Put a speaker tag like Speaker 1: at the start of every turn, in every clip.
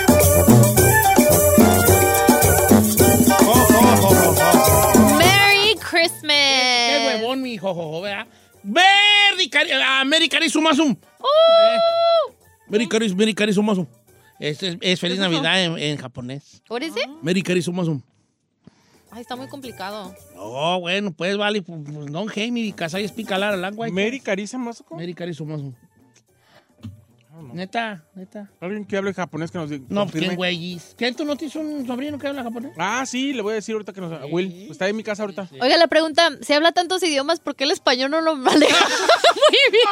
Speaker 1: Merry Christmas.
Speaker 2: Qué huevón, mi jojojo, ¿verdad? Merry Cari- ah, Merry Carisumasum. Merry Caris, Merry Carisumasum. Es, es, es Feliz Navidad en, en japonés.
Speaker 1: What is it?
Speaker 2: Merry Carisumasum.
Speaker 1: Ay, está muy complicado.
Speaker 2: Oh, bueno, pues vale. Pues, pues, no, hey, mi casa es picalar al agua.
Speaker 3: Mary Carissa Masako.
Speaker 2: Merry Carisumasum. Neta, neta.
Speaker 3: Alguien que hable japonés que nos diga.
Speaker 2: No, pues
Speaker 3: confirme.
Speaker 2: quién güeyes. ¿Qué tú no tienes un sobrino que habla japonés?
Speaker 3: Ah, sí, le voy a decir ahorita que nos. a Will, está en mi casa ahorita.
Speaker 1: Oiga, la pregunta, si habla tantos idiomas, ¿por qué el español no lo maneja? muy bien.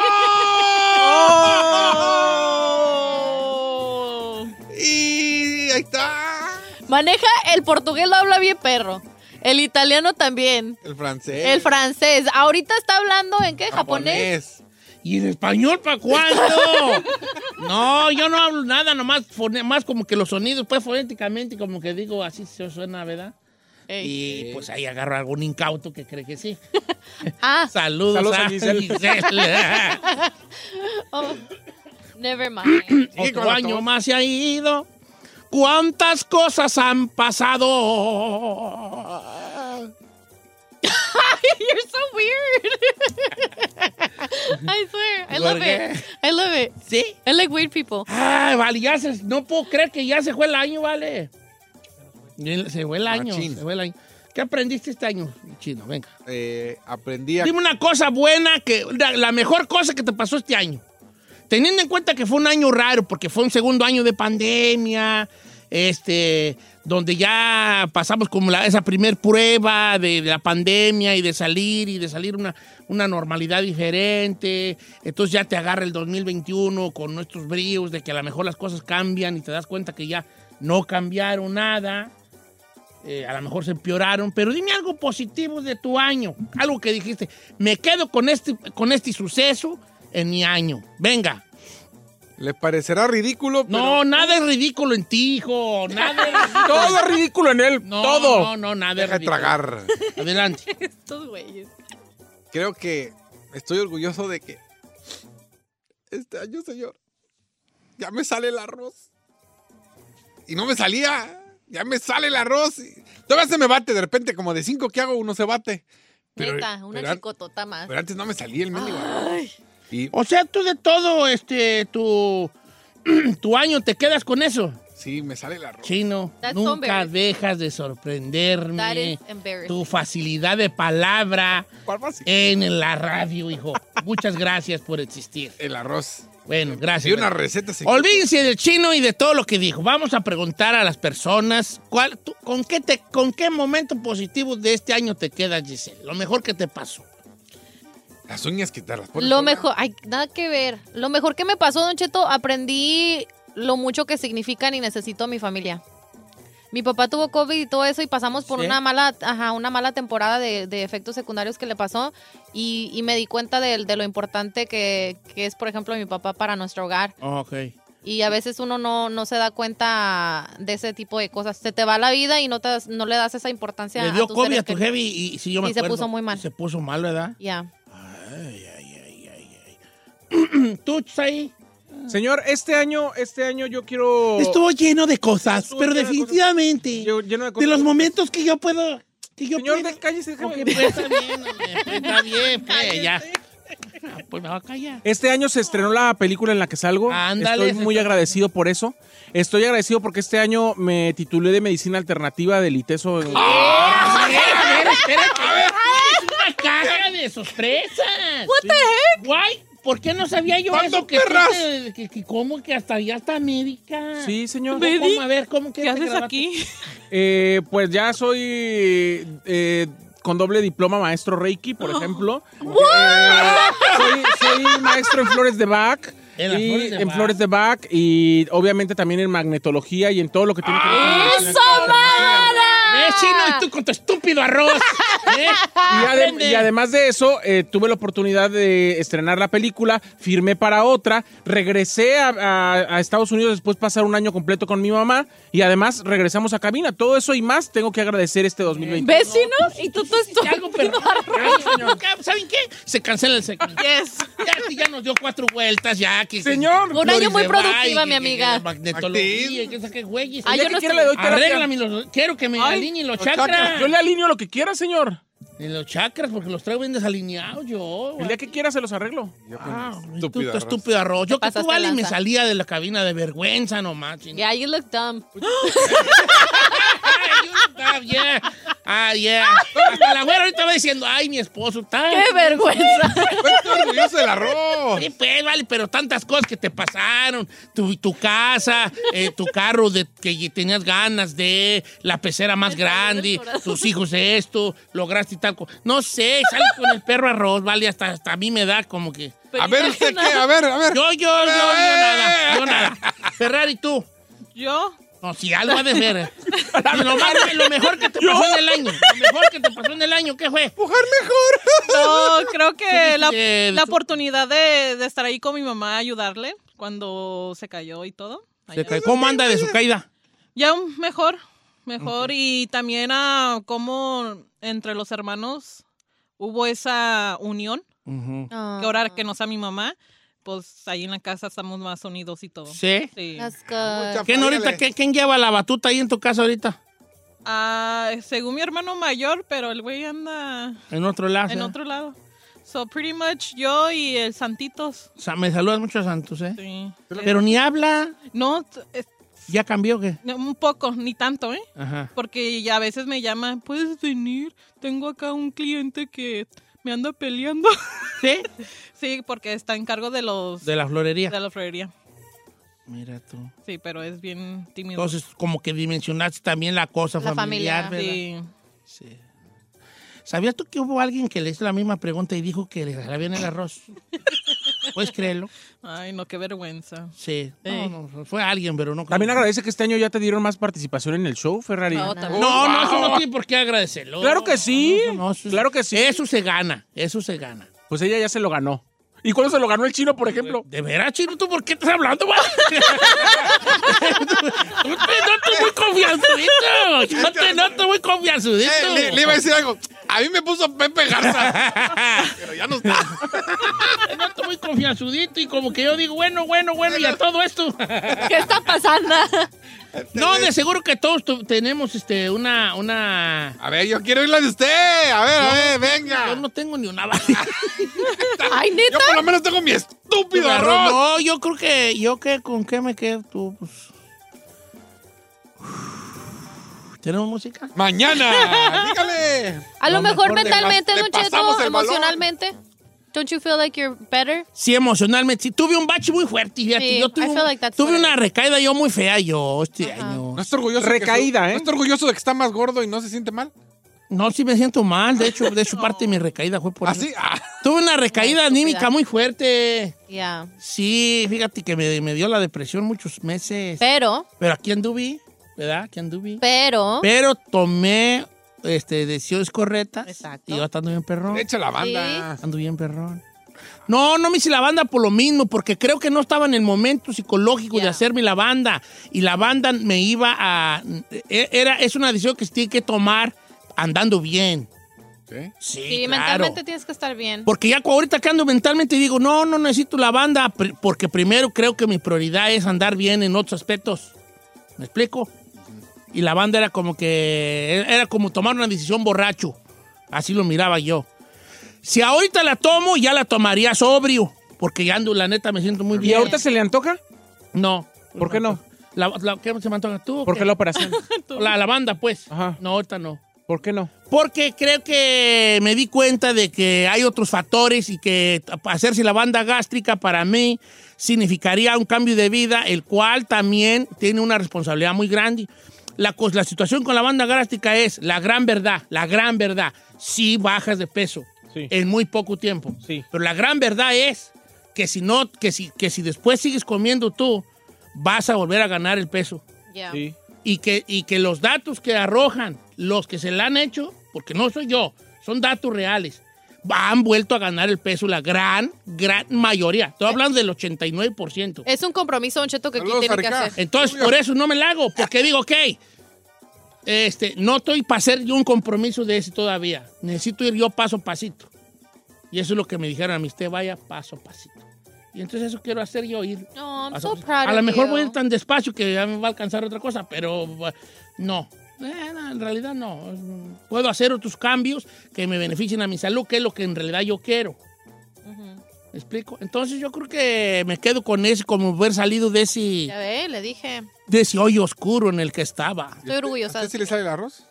Speaker 4: Oh. Y ahí está.
Speaker 1: Maneja el portugués, lo habla bien perro. El italiano también.
Speaker 4: El francés.
Speaker 1: El francés. Ahorita está hablando en qué? Japonés.
Speaker 2: ¿Y en español para cuándo? no, yo no hablo nada, nomás fone- más como que los sonidos, pues fonéticamente, como que digo, así se suena, ¿verdad?
Speaker 1: Ey.
Speaker 2: Y pues ahí agarro a algún incauto que cree que sí.
Speaker 1: Ah,
Speaker 2: Saludos,
Speaker 3: Saludos
Speaker 2: a,
Speaker 3: a Giselle.
Speaker 2: Giselle.
Speaker 1: oh, never mind.
Speaker 4: Y con
Speaker 2: Otro
Speaker 4: la
Speaker 2: año
Speaker 4: tos.
Speaker 2: más se ha ido. ¿Cuántas cosas han pasado?
Speaker 1: You're so weird. I swear. I love
Speaker 2: ¿Por
Speaker 1: it.
Speaker 2: qué?
Speaker 1: I love it.
Speaker 2: ¿Sí?
Speaker 1: I like weird people.
Speaker 2: Ay, Ah, vale, ya se, no puedo creer que ya se fue el año, vale. Se fue el año,
Speaker 4: Machín.
Speaker 2: se fue el año. ¿Qué aprendiste este año, chino? Venga.
Speaker 4: Eh, aprendí a.
Speaker 2: Dime una cosa buena, que la, la mejor cosa que te pasó este año. Teniendo en cuenta que fue un año raro, porque fue un segundo año de pandemia, este, donde ya pasamos como la- esa primer prueba de, de la pandemia y de salir y de salir una, una normalidad diferente. Entonces ya te agarra el 2021 con nuestros bríos de que a lo mejor las cosas cambian y te das cuenta que ya no cambiaron nada. Eh, a lo mejor se empeoraron, pero dime algo positivo de tu año, algo que dijiste, me quedo con este, con este suceso en mi año. Venga,
Speaker 4: Les parecerá ridículo, pero.
Speaker 2: no, nada es ridículo en ti, hijo, nada es ridículo.
Speaker 3: Todo es ridículo en él.
Speaker 2: No,
Speaker 3: todo.
Speaker 2: No, no, nada es
Speaker 4: Deja de
Speaker 2: ridículo.
Speaker 4: tragar.
Speaker 2: Adelante.
Speaker 1: Estos güeyes.
Speaker 4: Creo que estoy orgulloso de que. Este año, señor. Ya me sale el arroz. Y no me salía. Ya me sale el arroz. Y... Todavía se me bate. De repente, como de cinco que hago, uno se bate. Pero,
Speaker 1: Neta, una
Speaker 4: pero an-
Speaker 1: chicotota más.
Speaker 4: pero antes no me salía el mendigo arroz.
Speaker 1: Ay,
Speaker 4: Y
Speaker 2: O sea, tú de todo, este, tu, tu año, ¿te quedas con eso?
Speaker 4: sí, me sale el arroz.
Speaker 2: Chino,
Speaker 1: That's so
Speaker 2: nunca
Speaker 1: embarrassing.
Speaker 2: dejas de sorprenderme.
Speaker 1: that is embarrassing.
Speaker 2: Tu facilidad de palabra
Speaker 4: ¿Cuál más?
Speaker 2: en la radio, hijo. Muchas gracias por existir.
Speaker 4: El arroz.
Speaker 2: Bueno, gracias.
Speaker 4: Y una receta se
Speaker 2: Olvídense del chino y de todo lo que dijo. Vamos a preguntar a las personas cuál, tú- con, qué te, con qué momento positivo de este año te quedas, Giselle. Lo mejor que te pasó.
Speaker 4: Las uñas que te las pones.
Speaker 1: Lo
Speaker 4: sola.
Speaker 1: mejor, ay, nada que ver. Lo mejor que me pasó, Don Cheto, aprendí lo mucho que significan y necesito a mi familia. Mi papá tuvo COVID y todo eso y pasamos por
Speaker 2: ¿Sí?
Speaker 1: una mala, ajá, una mala temporada de, de efectos secundarios que le pasó y, y me di cuenta de, de lo importante que, que es, por ejemplo, mi papá para nuestro hogar.
Speaker 2: Ok.
Speaker 1: Y a veces uno no, no se da cuenta de ese tipo de cosas. Se te va la vida y no, te das- no le das esa importancia
Speaker 2: Le dio
Speaker 1: tus
Speaker 2: COVID
Speaker 1: seres
Speaker 2: a tu
Speaker 1: que-
Speaker 2: heavy y, si yo me
Speaker 1: Sí, se
Speaker 2: acuerdo.
Speaker 1: puso muy mal.
Speaker 2: Se puso mal, ¿verdad?
Speaker 1: Ya.
Speaker 2: Ay, ay, ay, ay, ay. ¿Tú, Chay?
Speaker 3: Señor, este año, este año yo quiero.
Speaker 2: Estuvo lleno de cosas,
Speaker 3: Estuvo
Speaker 2: pero
Speaker 3: lleno de cosas.
Speaker 2: definitivamente.
Speaker 3: Yo- lleno de
Speaker 2: de
Speaker 3: cosas.
Speaker 2: los momentos que yo puedo... Que yo
Speaker 3: Señor,
Speaker 2: puedo-
Speaker 3: de- cállese, déjame.
Speaker 2: Ok, pues, está bien, hombre, pues, está bien, pues, ya. Ah, pues me va a callar.
Speaker 3: Este año se estrenó la película en la que salgo.
Speaker 2: Ándale,
Speaker 3: Estoy
Speaker 2: se
Speaker 3: muy
Speaker 2: está-
Speaker 3: agradecido por eso. Estoy agradecido porque este año me titulé de Medicina Alternativa del ITESO.
Speaker 2: Ah. A ver, a ver, espérate. Es una caja de sorpresas. What the heck? Guay, ¿por qué no sabía yo
Speaker 4: ¿Cuándo,
Speaker 2: eso? Que tú
Speaker 4: perras?
Speaker 2: te- que, que ¿Cómo que hasta ya está médica?
Speaker 3: Sí, señor.
Speaker 2: ¿Cómo, cómo? a ver, ¿cómo que
Speaker 5: ¿Qué
Speaker 2: te
Speaker 5: haces
Speaker 2: grabaste?
Speaker 5: aquí?
Speaker 3: Eh, pues ya soy eh, con doble diploma maestro Reiki, por ejemplo. Eh, soy, soy maestro en flores de Bach.
Speaker 2: En las
Speaker 3: y-
Speaker 2: flores de
Speaker 3: en
Speaker 2: Bach.
Speaker 3: flores de Bach y obviamente también en magnetología y en todo lo que tiene que ver con medicina
Speaker 2: ¿Ves, chino? Y tú con tu estúpido arroz. ¿Eh?
Speaker 1: Ah,
Speaker 3: Y, adem-
Speaker 2: Aprende.
Speaker 3: y además de eso, eh, tuve la oportunidad de estrenar la película, firmé para otra, regresé a, a- a Estados Unidos después de pasar un año completo con mi mamá y además regresamos a cabina. Todo eso y más tengo que agradecer este 2020.
Speaker 5: ¿Ves, chino? Y tú tú
Speaker 2: Sí, algo, pero-
Speaker 5: estúpido arroz.
Speaker 2: Ay, señor. ¿Saben qué? Se cancela el segmento. Ya, sí, ya nos dio cuatro vueltas, ya. Que,
Speaker 3: Señor,
Speaker 2: que
Speaker 1: Un año muy
Speaker 2: se va, y
Speaker 1: productiva,
Speaker 2: que-
Speaker 1: mi
Speaker 2: que-
Speaker 1: amiga.
Speaker 2: que magnetología, y que saque güeyes.
Speaker 1: Ah,
Speaker 3: ya
Speaker 1: yo
Speaker 3: que
Speaker 1: no
Speaker 3: quiera
Speaker 1: estoy-
Speaker 3: le doy terapia.
Speaker 2: Arréglame los- Quiero que me
Speaker 3: Ay,
Speaker 2: alineen los
Speaker 3: los
Speaker 2: chakras.
Speaker 3: Yo le alineo lo que quiera, señor.
Speaker 2: Ni los chakras, porque los traigo bien desalineados yo.
Speaker 3: El día que quiera se los arreglo.
Speaker 4: Yo con
Speaker 2: Ah,
Speaker 4: mi
Speaker 2: tú,
Speaker 4: estúpido
Speaker 2: tu
Speaker 4: arroz.
Speaker 2: estúpido arroz. Yo que tú
Speaker 1: pasaste
Speaker 2: vale y me
Speaker 1: lanza.
Speaker 2: salía de la cabina de vergüenza nomás. chino.
Speaker 1: Yeah, you look dumb.
Speaker 2: Ay, you look dumb, yeah. Ah, yeah. Hasta la güera ahorita va diciendo, ay, mi esposo está.
Speaker 1: ¡Qué vergüenza!
Speaker 4: Yo Estoy orgulloso del arroz.
Speaker 2: Sí, pues, vale, pero tantas cosas que te pasaron, tu, tu casa, eh, tu carro de, que tenías ganas de, la pecera más grande, tus hijos esto, lograste y tal. co- No sé, sales con el perro arroz, vale, hasta, hasta a mí me da como que...
Speaker 4: A ver, ¿usted qué? A ver, a ver.
Speaker 2: Yo, yo, yo, yo nada, yo nada. Ferrari, tú.
Speaker 5: Yo.
Speaker 2: No, si algo ha de ver. eh. Y Lo, más- lo mejor que te pasó en el año, lo mejor que te pasó en el año, ¿qué fue? Eh,
Speaker 4: Mujer mejor.
Speaker 5: No, creo que Eh, la,
Speaker 2: dijiste-
Speaker 5: la oportunidad de, de estar ahí con mi mamá, ayudarle cuando se cayó y todo. Allá.
Speaker 2: ¿Cómo anda de su caída?
Speaker 5: Ya un- mejor, mejor. Y también a cómo entre los hermanos hubo esa unión. Que ahora que no sea mi mamá, pues ahí en la casa estamos más unidos y todo.
Speaker 2: Sí.
Speaker 5: Sí.
Speaker 1: That's good.
Speaker 2: ¿Quién, ahorita, qué- ¿Quién lleva la batuta ahí en tu casa ahorita?
Speaker 5: Ah, según mi hermano mayor, pero el güey anda
Speaker 2: En otro lado.
Speaker 5: en
Speaker 2: ¿eh?
Speaker 5: otro lado. So pretty much yo y el Santitos.
Speaker 2: Sa- me saludas mucho, Santos, ¿eh?
Speaker 5: Sí.
Speaker 2: Pero ni habla.
Speaker 5: No, t- eh,
Speaker 2: ¿Ya cambió qué?
Speaker 5: no, un poco, ni tanto, ¿eh?
Speaker 2: Ajá.
Speaker 5: Porque ya a veces me llama, ¿puedes venir? Tengo acá un cliente que me anda peleando.
Speaker 2: ¿Sí?
Speaker 5: sí, porque está en cargo de los
Speaker 2: De
Speaker 5: de
Speaker 2: la florería.
Speaker 5: la, florería.
Speaker 2: Mira tú.
Speaker 5: Sí, pero es bien tímido.
Speaker 2: Entonces, como que dimensionaste también la cosa
Speaker 1: La
Speaker 2: familiar,
Speaker 1: familia.
Speaker 2: ¿verdad?
Speaker 5: sí.
Speaker 2: Sí. ¿Sabías tú que hubo alguien que le hizo la misma pregunta y dijo que le sabían el arroz? ¿Puedes creerlo?
Speaker 5: Ay, no, qué vergüenza.
Speaker 2: Sí.
Speaker 5: Sí.
Speaker 2: No, no, fue alguien, pero no.
Speaker 3: También agradece que este año ya te dieron más participación en el show, Ferrari.
Speaker 1: No, también.
Speaker 2: No, no, eso no tiene por qué agradecerlo.
Speaker 3: Claro que sí,
Speaker 2: No, no, no, eso-
Speaker 3: claro que sí.
Speaker 2: Eso se gana, eso se gana.
Speaker 3: Pues ella ya se lo ganó. ¿Y cuándo se lo ganó el chino, por ejemplo?
Speaker 2: ¿De veras, Chino? ¿Tú por qué estás hablando, güey? Tú te noto muy confianzudito. Yo te noto muy confianzudito.
Speaker 4: Eh, le, le iba a decir algo. A mí me puso Pepe Garza. pero ya no está.
Speaker 2: Te noto muy confianzudito y como que yo digo, bueno, bueno, bueno, y a todo esto.
Speaker 1: ¿Qué está pasando?
Speaker 2: No, de seguro que todos tu- tenemos este, una... una...
Speaker 4: A ver, yo quiero ir la de usted. A ver, a ver, venga.
Speaker 2: Yo no tengo ni una bala.
Speaker 1: Ay, neta.
Speaker 4: Yo por lo menos tengo mi estúpido arroz.
Speaker 2: No, yo creo que... ¿Yo qué? ¿Con qué me quedo tú? Pues... ¿Tenemos música?
Speaker 4: Mañana. Dígale.
Speaker 1: A lo
Speaker 2: lo
Speaker 1: mejor
Speaker 2: mejor le
Speaker 1: mentalmente,
Speaker 4: pas-
Speaker 1: Don
Speaker 4: le pasamos
Speaker 1: Cheto,
Speaker 4: el balón.
Speaker 1: emocionalmente. Don't you feel like you're better?
Speaker 2: Sí, emocionalmente. Sí, tuve un bache muy fuerte. fíjate.
Speaker 1: Sí,
Speaker 2: yo
Speaker 1: I
Speaker 2: tuve,
Speaker 1: feel like that's
Speaker 2: tuve
Speaker 1: what
Speaker 2: una
Speaker 1: it is.
Speaker 2: recaída yo muy fea yo este año.
Speaker 4: No está orgulloso. que
Speaker 3: Recaída,
Speaker 4: su-
Speaker 3: ¿eh?
Speaker 4: No está orgulloso de que está más gordo y no se siente mal.
Speaker 2: No, sí me siento mal. De hecho, de hecho parte de mi recaída fue por eso.
Speaker 4: Así. Ah,
Speaker 2: Tuve una recaída anímica muy fuerte.
Speaker 1: Yeah.
Speaker 2: Sí, fíjate que me, me dio la depresión muchos meses.
Speaker 1: Pero,
Speaker 2: Pero aquí anduve, ¿verdad? Aquí anduve.
Speaker 1: pero,
Speaker 2: Pero tomé este, decisiones correctas.
Speaker 1: Exacto.
Speaker 2: Y yo estando bien perrón.
Speaker 4: echa la
Speaker 1: Ah,
Speaker 4: banda.
Speaker 2: Ando bien perrón. No, no me hice la banda por lo mismo, porque creo que no estaba en el momento psicológico de
Speaker 1: Ya.
Speaker 2: hacerme la banda. Y la banda me iba a... e- Era, es una decisión que se tiene que tomar andando bien.
Speaker 4: ¿Sí?
Speaker 2: Sí,
Speaker 1: sí,
Speaker 2: claro.
Speaker 1: mentalmente tienes que estar bien.
Speaker 2: Porque ya cu- ahorita que ando mentalmente digo, no, no necesito la banda, pr- porque primero creo que mi prioridad es andar bien en otros aspectos. ¿Me explico? Y la banda e-, era como que, era como tomar una decisión borracho. Así lo miraba yo. Si ahorita la tomo, ya la tomaría sobrio. Porque ya ando, la neta, me siento muy
Speaker 3: ¿Y
Speaker 2: bien.
Speaker 3: ahorita se le antoja?
Speaker 2: No.
Speaker 3: ¿Por qué no?
Speaker 2: La, la- ¿Qué se me antoja tú? o
Speaker 3: ¿Por
Speaker 2: qué?
Speaker 3: qué la operación?
Speaker 2: La, la banda, pues.
Speaker 3: Ajá.
Speaker 2: No, ahorita no.
Speaker 3: ¿Por qué no?
Speaker 2: Porque creo que me di cuenta de que hay otros factores y que hacerse la banda gástrica para mí significaría un cambio de vida, el cual también tiene una responsabilidad muy grande. La, cos- la situación con la banda gástrica es la gran verdad, la gran verdad. Si bajas de peso
Speaker 3: Sí.
Speaker 2: en muy poco tiempo.
Speaker 3: Sí.
Speaker 2: Pero la gran verdad es que si no, que si, que si después sigues comiendo tú, vas a volver a ganar el peso
Speaker 1: Ya.
Speaker 3: Sí.
Speaker 2: y que, y que los datos que arrojan los que se la han hecho, porque no soy yo, son datos reales, han vuelto a ganar el peso la gran, gran mayoría. Estoy hablando del 89%.
Speaker 1: Es un compromiso, Don Cheto, que aquí
Speaker 4: Saludos,
Speaker 1: tiene que
Speaker 4: Arcá.
Speaker 1: hacer.
Speaker 2: Entonces, por eso no me la hago, porque digo, ok, este, no estoy para hacer yo un compromiso de ese todavía. Necesito ir yo paso a pasito. Y eso es lo que me dijeron a mí, usted vaya paso a pasito. Y entonces eso quiero hacer yo, ir
Speaker 1: No, I'm
Speaker 2: a-
Speaker 1: so proud
Speaker 2: pues, a
Speaker 1: of
Speaker 2: lo mejor
Speaker 1: you.
Speaker 2: voy a ir tan despacio que ya me va a alcanzar otra cosa, pero uh, no. Eh, no, en realidad no. Puedo hacer otros cambios que me beneficien a mi salud, que es lo que en realidad yo quiero. ¿Me explico? Entonces yo creo que me quedo con ese, como haber salido de
Speaker 1: Ya
Speaker 2: ese,
Speaker 1: ve, le dije.
Speaker 2: de ese hoyo oscuro en el que estaba.
Speaker 1: Estoy orgullosa.
Speaker 4: ¿A usted sí le sale el arroz?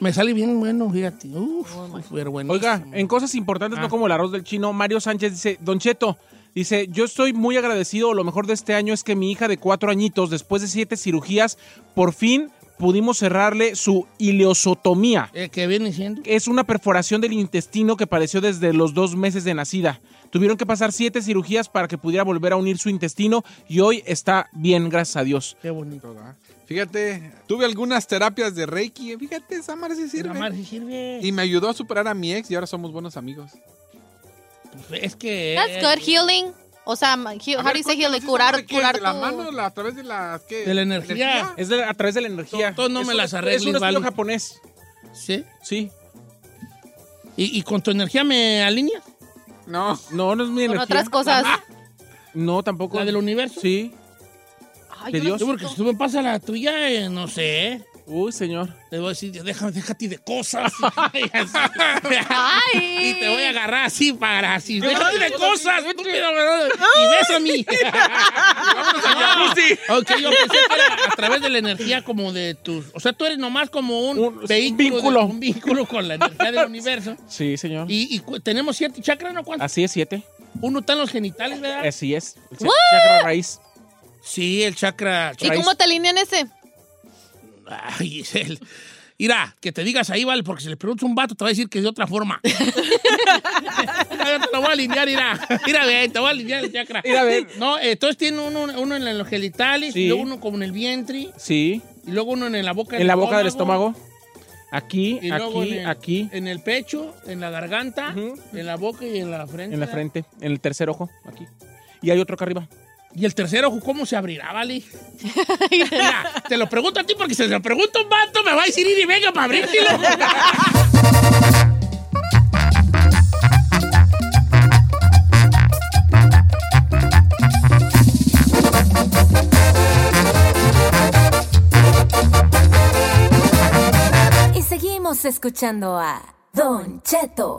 Speaker 2: Me sale bien bueno, fíjate. Uf, pero bueno.
Speaker 3: Oiga, en cosas importantes, no como el arroz del chino, Mario Sánchez dice, Don Cheto, dice, yo estoy muy agradecido, lo mejor de este año es que mi hija de cuatro añitos, después de siete cirugías, por fin pudimos cerrarle su ileosotomía.
Speaker 2: Eh, ¿Qué viene siendo?
Speaker 3: Es una perforación del intestino que padeció desde los dos meses de nacida. Tuvieron que pasar siete cirugías para que pudiera volver a unir su intestino y hoy está bien, gracias a Dios.
Speaker 2: Qué bonito.
Speaker 4: Toda. Fíjate, tuve algunas terapias de Reiki. eh, Fíjate, esa madre sí
Speaker 2: La madre
Speaker 4: sirve.
Speaker 2: sí sirve.
Speaker 4: Y me ayudó a superar a mi ex y ahora somos buenos amigos.
Speaker 2: Pues, es que... eh,
Speaker 1: That's good healing. O sea, ma- he-
Speaker 4: A
Speaker 1: how
Speaker 4: ver,
Speaker 1: do you say
Speaker 4: cuéntanos,
Speaker 1: healing?
Speaker 4: ¿esa
Speaker 1: Curar,
Speaker 4: madre qué?
Speaker 1: curar
Speaker 4: ¿De la
Speaker 1: tu-
Speaker 4: mano? la- ¿A través de la, qué?
Speaker 2: De la energía.
Speaker 3: Es de- a través de la energía.
Speaker 2: Todo- todo no
Speaker 3: Es
Speaker 2: me
Speaker 3: un-
Speaker 2: las arregles,
Speaker 3: Es un estilo
Speaker 2: vale.
Speaker 3: japonés.
Speaker 2: Sí.
Speaker 3: Sí.
Speaker 2: ¿Y, y con tu energía me alineas?
Speaker 4: No.
Speaker 3: No, no es mi
Speaker 1: Con
Speaker 3: energía.
Speaker 1: otras cosas.
Speaker 4: Ah,
Speaker 3: No, tampoco.
Speaker 2: ¿La del universo?
Speaker 3: Sí.
Speaker 1: Ay,
Speaker 3: de
Speaker 1: yo
Speaker 3: Dios.
Speaker 2: Yo porque si tú me pasas la tuya, eh, no sé.
Speaker 3: Uy, señor.
Speaker 2: Te voy a decir, déjame, déjate de cosas.
Speaker 1: Ay.
Speaker 2: y te voy a agarrar así para así. Déjate de cosas, estúpido. Y bésame. No, ok, yo pensé que era a través de la energía como de tus... O sea, tú eres nomás como un,
Speaker 3: Un-
Speaker 2: vehículo. de-
Speaker 3: vínculo.
Speaker 2: un vínculo con la energía del universo.
Speaker 3: Sí, señor.
Speaker 2: Y, y cu- tenemos siete chakras, ¿no? ¿Cuántos?
Speaker 3: Así es, siete.
Speaker 2: Uno está en los genitales, ¿verdad?
Speaker 3: Así es. El cha- chakra raíz.
Speaker 2: Sí, el chakra...
Speaker 1: ¿Y cómo te alinean ese?
Speaker 2: Ay, Giselle. Mira, que te digas ahí, vale, porque si le preguntas a un vato te va a decir que es de otra forma. Mira, yo te lo voy a alinear, mira. Mira, ve, te voy a alinear el chakra.
Speaker 3: Mira, ve.
Speaker 2: No, eh, entonces tiene uno, uno en los genitales,
Speaker 3: Sí.
Speaker 2: y luego uno como en el vientre,
Speaker 3: Sí.
Speaker 2: y luego uno en la boca
Speaker 3: En la boca del estómago. Aquí,
Speaker 2: y luego
Speaker 3: aquí,
Speaker 2: en el-
Speaker 3: aquí.
Speaker 2: En el pecho, en la garganta,
Speaker 3: Ujú.
Speaker 2: en la boca y en la frente.
Speaker 3: En la frente. En el tercer ojo. Aquí. Y hay otro acá arriba.
Speaker 2: Y el tercer ojo, ¿cómo se abrirá, vale? Mira, te lo pregunto a ti porque si se lo pregunto a un vato me va a decir ir y venga para abrírselo.
Speaker 6: Y seguimos escuchando a Don Cheto.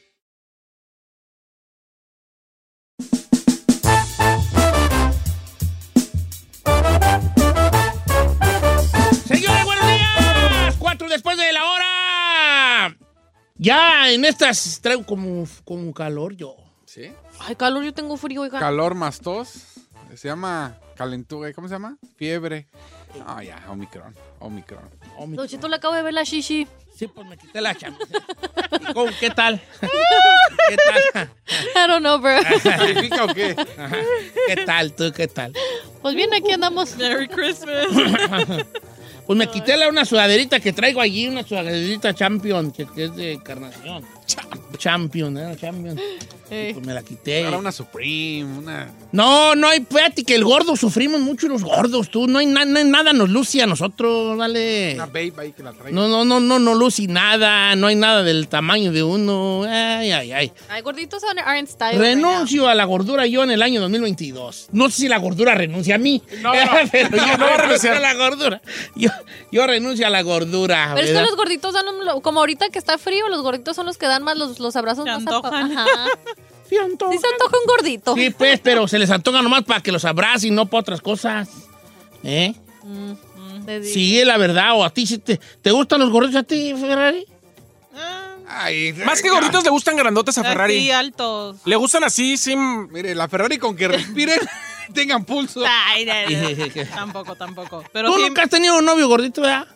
Speaker 2: Señores, buenos días. Cuatro después de la hora. Ya en estas traigo como, como calor yo.
Speaker 4: ¿Sí?
Speaker 1: Ay, calor, yo tengo frío, oiga.
Speaker 4: Calor más tos. Se llama calentura. ¿Cómo se llama? Fiebre. Ah, ya, Omicron. Omicron.
Speaker 2: Oh, mi-
Speaker 1: Don Cheto le acabo de ver la shishi.
Speaker 2: Sí, pues me quité la camisa. ¿Y cómo? ¿Qué tal? ¿Qué tal?
Speaker 1: I don't know, bro.
Speaker 4: Ah. ¿Significa o qué?
Speaker 2: Ajá. ¿Qué tal tú? ¿Qué tal?
Speaker 1: Pues bien, aquí andamos.
Speaker 5: Merry Christmas.
Speaker 2: Pues me quité la, una sudaderita que traigo allí, una sudaderita Champion, que, que es de carnación. Champion, ¿eh? Champion. Y
Speaker 1: Eh.
Speaker 2: Pues me la quité.
Speaker 4: Era una Supreme, una...
Speaker 2: No, no hay, fíjate que el gordo, sufrimos mucho los gordos, tú. No hay, na- no hay nada, nos luce a nosotros, dale.
Speaker 4: Una babe ahí que la trae.
Speaker 2: No, no, no, no, no luce nada, no hay nada del tamaño de uno. Ay, ay, ay.
Speaker 1: Ay, gorditos son- aren't style. right
Speaker 2: Renuncio a la gordura yo en el año 2022. No sé si la gordura renuncia a mí.
Speaker 3: No, no,
Speaker 2: pero yo
Speaker 3: no va a
Speaker 2: renuncio
Speaker 3: renunciar.
Speaker 2: a la gordura. Yo, yo renuncio a la gordura.
Speaker 1: now. Pero es que
Speaker 2: ¿verdad?
Speaker 1: los gorditos dan un, lo- como ahorita que está frío, los gorditos son los que dan más los, los abrazos
Speaker 5: Se
Speaker 1: más
Speaker 5: antojan.
Speaker 1: apa- Ajá. Sí se antoja un gordito.
Speaker 2: Sí, pues, pero se les antoja nomás para que los abrace y no para otras cosas. ¿Eh?
Speaker 1: Te digo.
Speaker 2: Sí, la verdad. O a ti, si te, ¿te gustan los gorditos a ti, Ferrari?
Speaker 4: Ay,
Speaker 3: Más que
Speaker 4: ya.
Speaker 3: gorditos le gustan grandotes a Ferrari.
Speaker 5: Así altos.
Speaker 3: Le gustan así, sin...
Speaker 4: Mire, la Ferrari con que respiren, tengan pulso.
Speaker 7: Ah.
Speaker 5: Ay, no, no, no. tampoco, tampoco. Pero
Speaker 2: Tú
Speaker 5: sí,
Speaker 2: nunca has tenido un novio gordito, ¿verdad?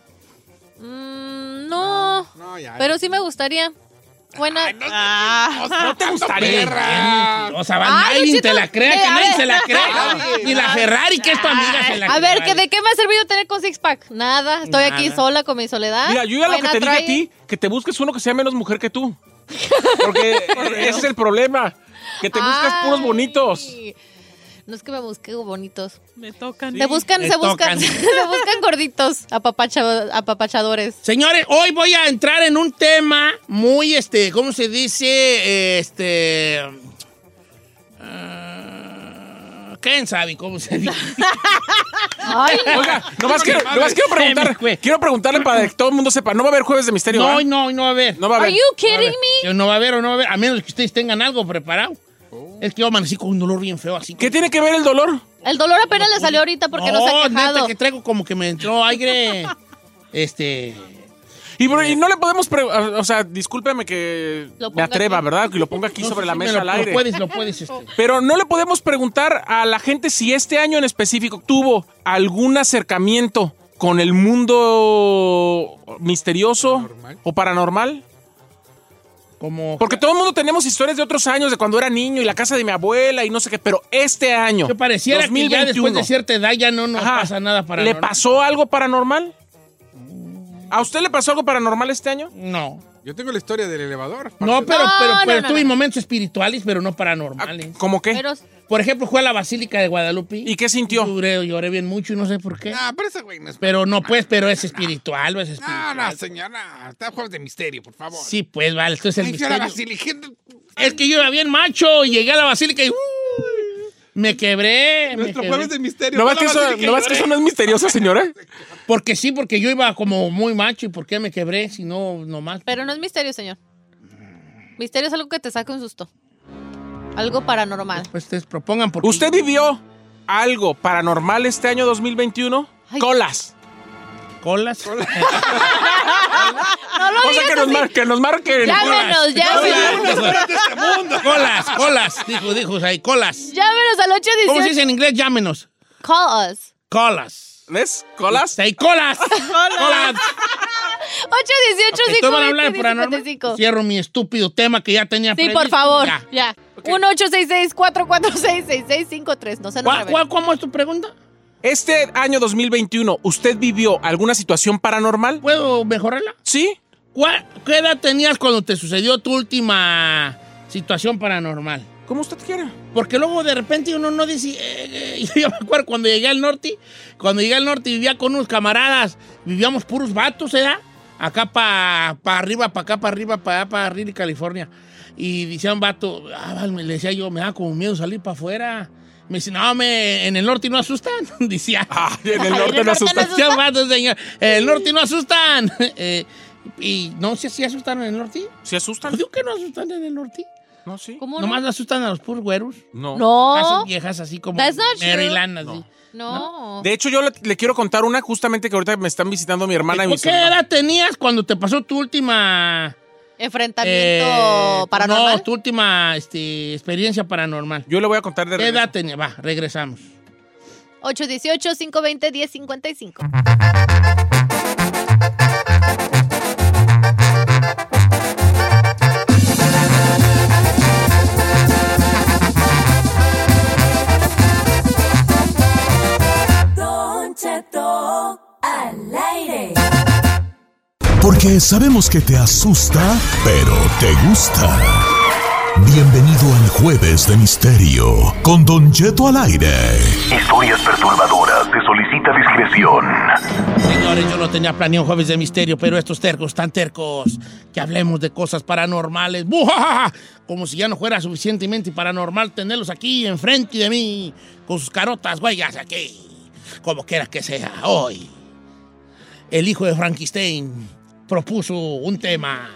Speaker 1: Mm, no.
Speaker 4: No, ya.
Speaker 1: Pero sí me gustaría. Buena.
Speaker 5: ah,
Speaker 4: no te
Speaker 2: Bien, bien. O sea, va,
Speaker 1: Ay,
Speaker 2: nadie
Speaker 1: Luisito,
Speaker 2: te la crea,
Speaker 1: eh,
Speaker 2: que
Speaker 1: a
Speaker 2: nadie
Speaker 1: ver.
Speaker 2: se la cree. Ni la Ferrari, que es tu amiga, se la
Speaker 1: A ver, ¿que
Speaker 2: cree.
Speaker 1: ¿de qué me ha servido tener con Six Pack? Nada. Estoy aquí
Speaker 2: Nada.
Speaker 1: sola con mi soledad.
Speaker 3: Mira, yo ya lo que
Speaker 1: Buena
Speaker 3: te digo a
Speaker 1: ¿Ah? trae.
Speaker 3: ti, que te busques uno que sea menos mujer que tú. Porque e-, ese es el problema. Que te buscas
Speaker 1: Ay.
Speaker 3: puros bonitos.
Speaker 1: No es que me busque bonitos.
Speaker 5: me tocan.
Speaker 1: Te buscan,
Speaker 2: me
Speaker 1: se buscan,
Speaker 2: tocan.
Speaker 1: se buscan gorditos, apapacha- apapachadores.
Speaker 2: Señores, hoy voy a entrar en un tema muy, este, ¿cómo se dice? Este... ah, ¿Quién sabe cómo se dice?
Speaker 1: Ay,
Speaker 3: Oiga, nomás quiero, nomás quiero preguntar,
Speaker 2: güey.
Speaker 3: quiero preguntarle para que todo el mundo sepa, ¿no va a haber jueves de misterio?
Speaker 2: No,
Speaker 1: ah?
Speaker 3: ¿va?
Speaker 2: no, no va a haber.
Speaker 3: No va a
Speaker 1: are
Speaker 3: haber.
Speaker 1: you kidding me?
Speaker 2: Yo No va a haber o no va a haber, a menos que ustedes tengan algo preparado.
Speaker 1: Oh.
Speaker 2: Es que yo amanecí con un dolor bien feo así.
Speaker 3: ¿Qué tiene que ver el dolor?
Speaker 1: El dolor apenas le salió ahorita porque no, se
Speaker 2: neta
Speaker 1: ha quejado.
Speaker 2: que traigo como que me entró aire, este...
Speaker 3: Y, bro, y no le podemos, pre- o sea, discúlpeme que
Speaker 1: Lo
Speaker 3: me
Speaker 1: ponga
Speaker 3: atreva,
Speaker 1: aquí.
Speaker 3: ¿verdad? Que lo ponga aquí
Speaker 2: no sé
Speaker 3: sobre
Speaker 2: si
Speaker 3: la
Speaker 2: me
Speaker 3: mesa
Speaker 2: lo-
Speaker 3: al aire.
Speaker 2: Lo puedes, lo puedes, este.
Speaker 3: Pero no le podemos preguntar a la gente si este año en específico tuvo algún acercamiento con el mundo misterioso o paranormal?
Speaker 2: Como.
Speaker 3: Porque todo el mundo tenemos historias de otros años, de cuando era niño y la casa de mi abuela y no sé qué, pero este año.
Speaker 2: Que pareciera que
Speaker 3: 2021,
Speaker 2: ya después de cierta edad ya no nos
Speaker 3: Ajá.
Speaker 2: pasa nada para
Speaker 3: ¿Le pasó algo paranormal? ¿A usted le pasó algo paranormal este año?
Speaker 2: No.
Speaker 4: Yo tengo la historia del elevador. parce.
Speaker 2: No, pero,
Speaker 1: No,
Speaker 2: pero,
Speaker 1: no,
Speaker 2: pero
Speaker 1: no,
Speaker 2: tuve
Speaker 1: no.
Speaker 2: momentos espirituales, pero no paranormales.
Speaker 3: ¿Cómo qué?
Speaker 1: Pero
Speaker 2: Por ejemplo, fue a la Basílica de Guadalupe.
Speaker 3: Ah. ¿Y qué sintió?
Speaker 2: Lloré, lloré bien mucho y no sé por qué.
Speaker 4: Ah, pero ese güey no es.
Speaker 2: Pero no, pues, pero es espiritual, no es
Speaker 4: No,
Speaker 2: espiritual.
Speaker 4: no, señora. Está juegos de misterio, por favor.
Speaker 2: Sí, pues, vale, esto es el
Speaker 4: Ay, fui a la
Speaker 2: misterio.
Speaker 4: basilica.
Speaker 2: Es que yo era bien macho y llegué a la Basílica y... uy, me quebré. me
Speaker 4: Nuestro
Speaker 2: quebré.
Speaker 4: jueves de misterio.
Speaker 3: ¿No
Speaker 4: fue
Speaker 3: ves que
Speaker 4: la
Speaker 3: eso
Speaker 4: basílica
Speaker 3: no
Speaker 4: y
Speaker 3: ves que
Speaker 4: lloré.
Speaker 3: eso no es misterioso, señora?
Speaker 2: Porque sí, porque yo iba como muy macho y ¿por qué me quebré? Si no, nomás.
Speaker 1: Pero no es misterio, señor. Misterio es algo que te saca un susto. Algo paranormal.
Speaker 2: Pues te propongan porque...
Speaker 3: ¿Usted vivió algo paranormal este año 2021?
Speaker 1: Ay.
Speaker 3: Colas.
Speaker 2: colas.
Speaker 1: No lo
Speaker 3: O sea,
Speaker 1: digas
Speaker 3: que nos,
Speaker 1: así.
Speaker 3: mar- que nos marquen.
Speaker 1: Llámenos, llámenos.
Speaker 2: Colas, colas, colas, dijo, dijo ahí, colas.
Speaker 1: Llámenos al
Speaker 2: ¿Cómo se dice
Speaker 1: 818.
Speaker 2: en inglés? Llámenos.
Speaker 1: Call us.
Speaker 2: Colas.
Speaker 3: ¿Ves? Colas.
Speaker 2: Ahí, colas. Colas.
Speaker 1: 818
Speaker 2: Ok, ¿Tú van a hablar de
Speaker 1: 520
Speaker 2: paranormal?
Speaker 1: 1055.
Speaker 2: Cierro mi estúpido tema que ya tenía
Speaker 1: Sí,
Speaker 2: previsto.
Speaker 1: por favor.
Speaker 2: Ya.
Speaker 1: Ya. 1-866-446-6653. No se nos
Speaker 2: ¿Cuál,
Speaker 1: revelen.
Speaker 2: cuál- ¿Cómo es tu pregunta?
Speaker 3: Este año 2021, ¿usted vivió alguna situación paranormal?
Speaker 2: ¿Puedo mejorarla?
Speaker 3: Sí.
Speaker 2: ¿Cuál- ¿Qué edad tenías cuando te sucedió tu última situación paranormal?
Speaker 3: Como usted quiera.
Speaker 2: Porque luego de repente uno no dice. eh, eh, yo me acuerdo cuando llegué al norte, cuando llegué al norte vivía con unos camaradas, vivíamos puros vatos, ¿verdad? Acá para pa arriba, para acá, para arriba, para allá, para arriba, California. Y decía un vato, ah, vale, le decía yo, me da como miedo salir para afuera. Me dice, no, me, en el norte no asustan, decía.
Speaker 3: Ah, en
Speaker 1: Ay,
Speaker 3: el norte no asusta.
Speaker 2: Decía un vato, señor, en el norte no asustan. Eh, y no sé si asustan en el norte.
Speaker 3: ¿Se asustan?
Speaker 2: Pues digo que no asustan en el norte.
Speaker 3: No, sí.
Speaker 1: ¿Cómo no?
Speaker 2: Nomás asustan a los puros güeros.
Speaker 3: No.
Speaker 2: Casas
Speaker 1: No.
Speaker 2: viejas así como
Speaker 1: That's not true.
Speaker 2: Maryland, así.
Speaker 1: No.
Speaker 3: De hecho, yo le, le quiero contar una justamente que ahorita me están visitando mi hermana y mi
Speaker 2: ¿Por qué
Speaker 3: sobrino.
Speaker 2: edad tenías cuando te pasó tu última...
Speaker 1: Enfrentamiento
Speaker 2: eh,
Speaker 1: paranormal.
Speaker 2: No, tu última este, experiencia paranormal.
Speaker 3: Yo le voy a contar de
Speaker 2: ¿Qué
Speaker 3: regreso.
Speaker 2: edad tenías? Va, regresamos.
Speaker 1: 818-520-1055.
Speaker 6: Don Cheto al aire.
Speaker 8: Porque sabemos que te asusta, pero te gusta. Bienvenido al Jueves de Misterio con Don Cheto al aire.
Speaker 9: Historias perturbadoras. Te solicita discreción.
Speaker 2: Señores, yo no tenía planeado Jueves de Misterio, pero estos tercos tan tercos que hablemos de cosas paranormales. ¡Bujajaja! Como si ya no fuera suficientemente paranormal tenerlos aquí enfrente de mí, con sus carotas huellas aquí. Como quiera que sea, hoy el hijo de Frankenstein propuso un tema.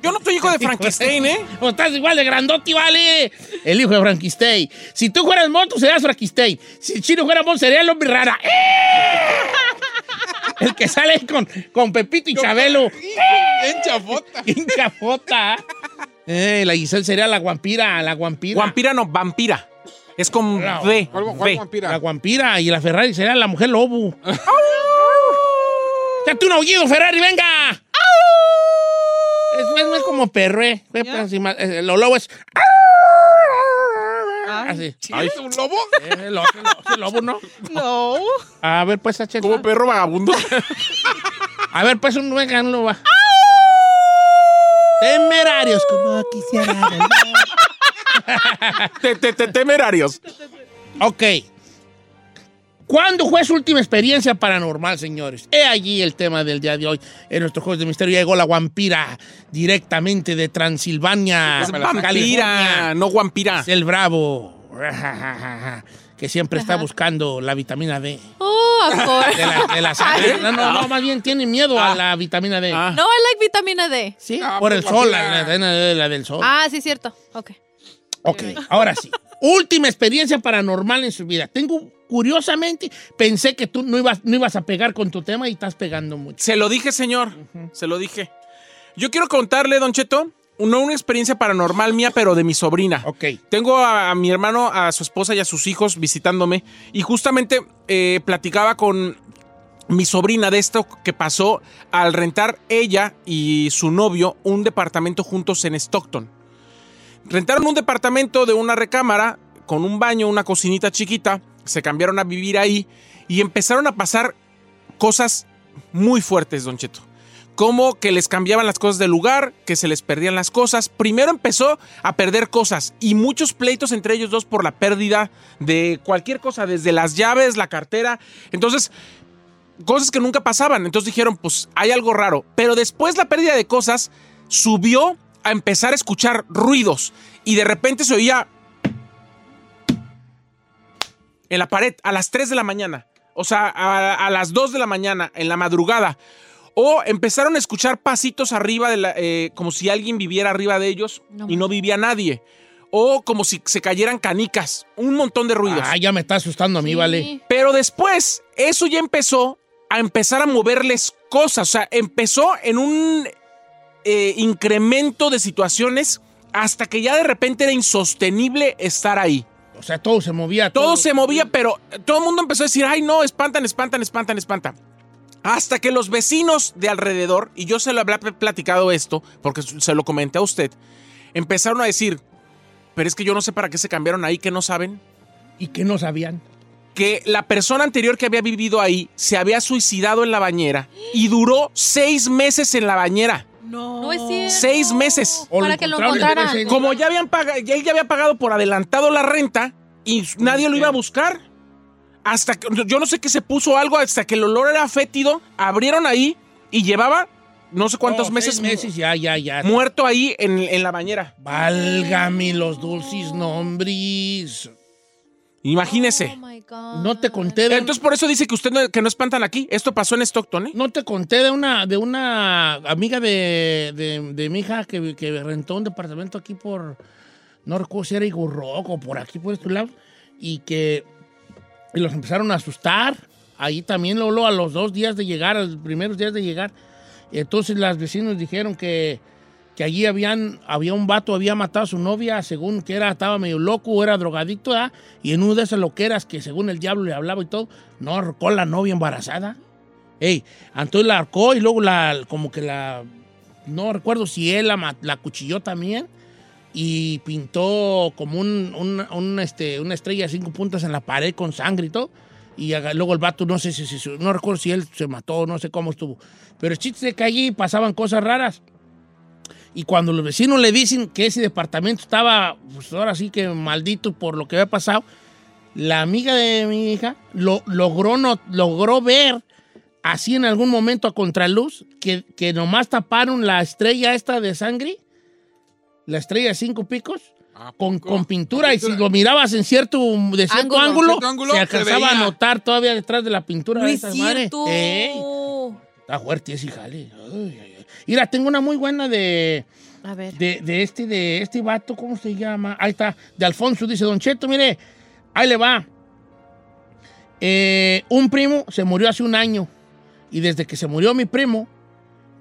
Speaker 3: Yo no soy hijo de
Speaker 2: Pues,
Speaker 3: Frankenstein, ¿eh?
Speaker 2: O estás igual de grandote, vale. El hijo de Frankenstein. Si tú fueras moto, serías Frankenstein. Si el chino fuera moto, sería el hombre rara. ¡Eh! El que sale con, con Pepito y Chabelo.
Speaker 4: En chafota.
Speaker 2: Hincha fota. Eh, la Giselle sería la guampira, la guampira.
Speaker 3: Vampira no, vampira. Es con
Speaker 2: Claro.
Speaker 3: D.
Speaker 4: ¿Cuál, cuál
Speaker 3: D.
Speaker 4: vampira?
Speaker 2: La guampira y la Ferrari sería la mujer lobo. ¡Date un aullido, Ferrari, venga! Es, es, es como perro, eh. Ve,
Speaker 5: Ya.
Speaker 2: pues, si más- eh, Lo lobo es...
Speaker 5: Ay,
Speaker 2: Así.
Speaker 4: ¿Es un lobo?
Speaker 2: Eh, lo- ese lo- ese lobo, ¿no?
Speaker 5: No.
Speaker 2: A ver, pues, H.
Speaker 3: Como perro vagabundo.
Speaker 2: A ver, pues, un venga, un lobo. Temerarios, como quisiera. ganar.
Speaker 3: te, te- te- temerarios.
Speaker 2: ok. ¿Cuándo fue su última experiencia paranormal, señores? He allí el tema del día de hoy. En nuestro juego de misterio llegó la vampira directamente de Transilvania.
Speaker 3: Es
Speaker 2: California.
Speaker 3: vampira, no guampira.
Speaker 2: Es el bravo. Que siempre está buscando la vitamina D.
Speaker 1: Oh, of
Speaker 2: De
Speaker 1: course.
Speaker 2: la, de la sangre. No, no, no, más bien tiene miedo a la vitamina D.
Speaker 3: Ah.
Speaker 1: No, I like vitamina D.
Speaker 2: Sí,
Speaker 4: Ah,
Speaker 2: por el
Speaker 4: pues,
Speaker 2: sol,
Speaker 4: vacía.
Speaker 2: la, la- la- la del sol.
Speaker 1: Ah, sí, cierto. Ok.
Speaker 2: ok, ahora sí. Última experiencia paranormal en su vida. Tengo, curiosamente, pensé que tú no ibas, no ibas a pegar con tu tema y estás pegando mucho.
Speaker 3: Se lo dije, señor. Se lo dije. Yo quiero contarle, Don Cheto, no una experiencia paranormal mía, pero de mi sobrina.
Speaker 2: Ok.
Speaker 3: Tengo a, a mi hermano, a su esposa y a sus hijos visitándome. Y justamente eh, platicaba con, mi sobrina de esto que pasó al rentar ella y su novio un departamento juntos en Stockton. Rentaron un departamento de una recámara con un baño, una cocinita chiquita, se cambiaron a vivir ahí y empezaron a pasar cosas muy fuertes, Don Cheto. Como que les cambiaban las cosas del lugar, que se les perdían las cosas. Primero empezó a perder cosas y muchos pleitos entre ellos dos por la pérdida de cualquier cosa, desde las llaves, la cartera. Entonces, cosas que nunca pasaban. Entonces dijeron, pues hay algo raro. Pero después la pérdida de cosas subió a empezar a escuchar ruidos y de repente se oía en la pared a las 3 de la mañana, o sea, a, a las 2 de la mañana, en la madrugada. O empezaron a escuchar pasitos arriba, de la, eh, como si alguien viviera arriba de ellos
Speaker 2: No
Speaker 3: y no vivía nadie. O como si se cayeran canicas. Un montón de ruidos.
Speaker 2: Ah, ya me está asustando a mí, vale.
Speaker 3: Pero después, eso ya empezó a empezar a moverles cosas. O sea, empezó en un eh, incremento de situaciones hasta que ya de repente era insostenible estar ahí.
Speaker 2: O sea, todo se movía.
Speaker 3: Todo, se movía, pero todo el mundo empezó a decir, ay no, espantan, espantan, espantan, espantan. Hasta que los vecinos de alrededor, y yo se lo había platicado esto, porque se lo comenté a usted, empezaron a decir, pero es que yo no sé para qué se cambiaron ahí, que no saben.
Speaker 2: ¿Y que no sabían?
Speaker 3: Que la persona anterior que había vivido ahí se había suicidado en la bañera y duró seis meses en la bañera.
Speaker 5: No.
Speaker 1: No es cierto.
Speaker 3: Seis meses.
Speaker 1: Para que lo encontraran.
Speaker 3: Como ya habían pagado, él ya había pagado por adelantado la renta y nadie lo iba a buscar. Hasta que, yo no sé qué se puso algo, hasta que el olor era fétido, abrieron ahí y llevaba no sé cuántos
Speaker 2: Oh,
Speaker 3: meses,
Speaker 2: seis meses, ya, ya, ya.
Speaker 3: muerto ahí en, en la bañera.
Speaker 2: Válgame los dulces nombres.
Speaker 3: Imagínese.
Speaker 1: Oh
Speaker 2: No te conté de
Speaker 3: Entonces por eso dice que usted no- que no espantan aquí. Esto pasó en Stockton, ¿eh?
Speaker 2: No te conté de una, de una amiga de, de- de mi hija que, que rentó un departamento aquí por. No recuerdo si era Igorroco o por aquí, por este lado. Y que y los empezaron a asustar. Ahí también, Lolo, a los dos días de llegar, a los primeros días de llegar. Entonces, las vecinos dijeron que, que allí habían, había un vato, había matado a su novia, según que era, estaba medio loco, era drogadicto, ¿verdad? Y en una de esas loqueras que según el diablo le hablaba y todo, no ahorcó a la novia embarazada. Ey, entonces la arcó y luego la, como que la, no recuerdo si él la, ma- la cuchilló también y pintó como un, un- un, este, una estrella de cinco puntas en la pared con sangre y todo. Y haga- luego el vato, no sé si, si- si- no recuerdo si él se mató, no sé cómo estuvo. Pero el chiste es que allí pasaban cosas raras. Y cuando los vecinos le dicen que ese departamento estaba, pues ahora sí que maldito por lo que había pasado, la amiga de mi hija lo, logró, no, logró ver así en algún momento a contraluz que, que nomás taparon la estrella esta de sangre, la estrella de cinco picos, con, con pintura. Y si lo mirabas en cierto, de cierto ángulo,
Speaker 4: Cierto ángulo,
Speaker 2: se
Speaker 4: se
Speaker 2: alcanzaba a
Speaker 4: veía.
Speaker 2: notar todavía detrás de la pintura. de esas madres. Ey,
Speaker 1: A
Speaker 2: está fuerte ese jale. Ay, ay, ay. Mira, tengo una muy buena de...
Speaker 1: ver.
Speaker 2: De, de este, de este vato, ¿cómo se llama? Ahí está, de Alfonso, dice Don Cheto, mire, ahí le va. Eh, un primo se murió hace un año y desde que se murió mi primo,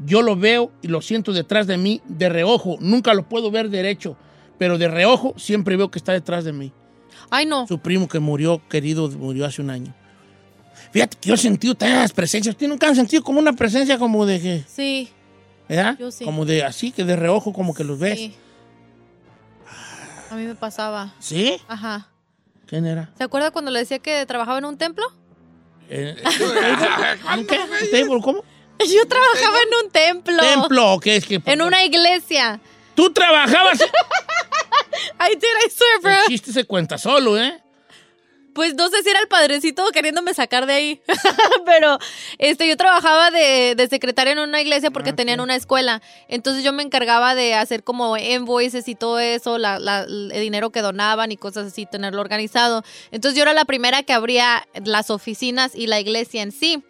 Speaker 2: yo lo veo y lo siento detrás de mí de reojo. Nunca lo puedo ver derecho, pero de reojo siempre veo que está detrás de mí.
Speaker 1: Ay, no.
Speaker 2: Su primo que murió, querido, murió hace un año. Fíjate que yo he sentido tantas presencias. ¿Usted nunca han sentido como una presencia como de que,
Speaker 1: Sí.
Speaker 2: ¿verdad?
Speaker 1: Yo sí.
Speaker 2: Como de así, que de reojo como que los ves.
Speaker 1: Sí. A mí me pasaba.
Speaker 2: ¿Sí?
Speaker 1: Ajá.
Speaker 2: ¿Quién era?
Speaker 1: ¿Se acuerda cuando le decía que trabajaba en un templo?
Speaker 2: Eh, ¿Qué? ¿Table? ¿Cómo?
Speaker 1: Yo trabajaba en un templo.
Speaker 2: ¿Templo o qué es que?
Speaker 1: En una iglesia.
Speaker 2: Tú trabajabas.
Speaker 1: I did, I swear, bro.
Speaker 2: El chiste se cuenta solo, ¿eh?
Speaker 1: Pues no sé si era el padrecito queriéndome sacar de ahí. Pero este, yo trabajaba de, de secretaria en una iglesia
Speaker 2: Ah,
Speaker 1: porque tenían una escuela. Entonces yo me encargaba de hacer como invoices y todo eso, la- la- el dinero que donaban y cosas así, tenerlo organizado. Entonces yo era la primera que abría las oficinas y la iglesia en sí.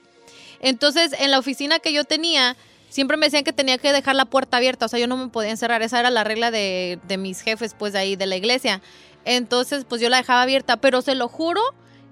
Speaker 1: Entonces, en la oficina que yo tenía, siempre me decían que tenía que dejar la puerta abierta. O sea, yo no me podía encerrar. Esa era la regla de, de mis jefes, pues, de ahí, de la iglesia. Entonces, pues yo la dejaba abierta. Pero se lo juro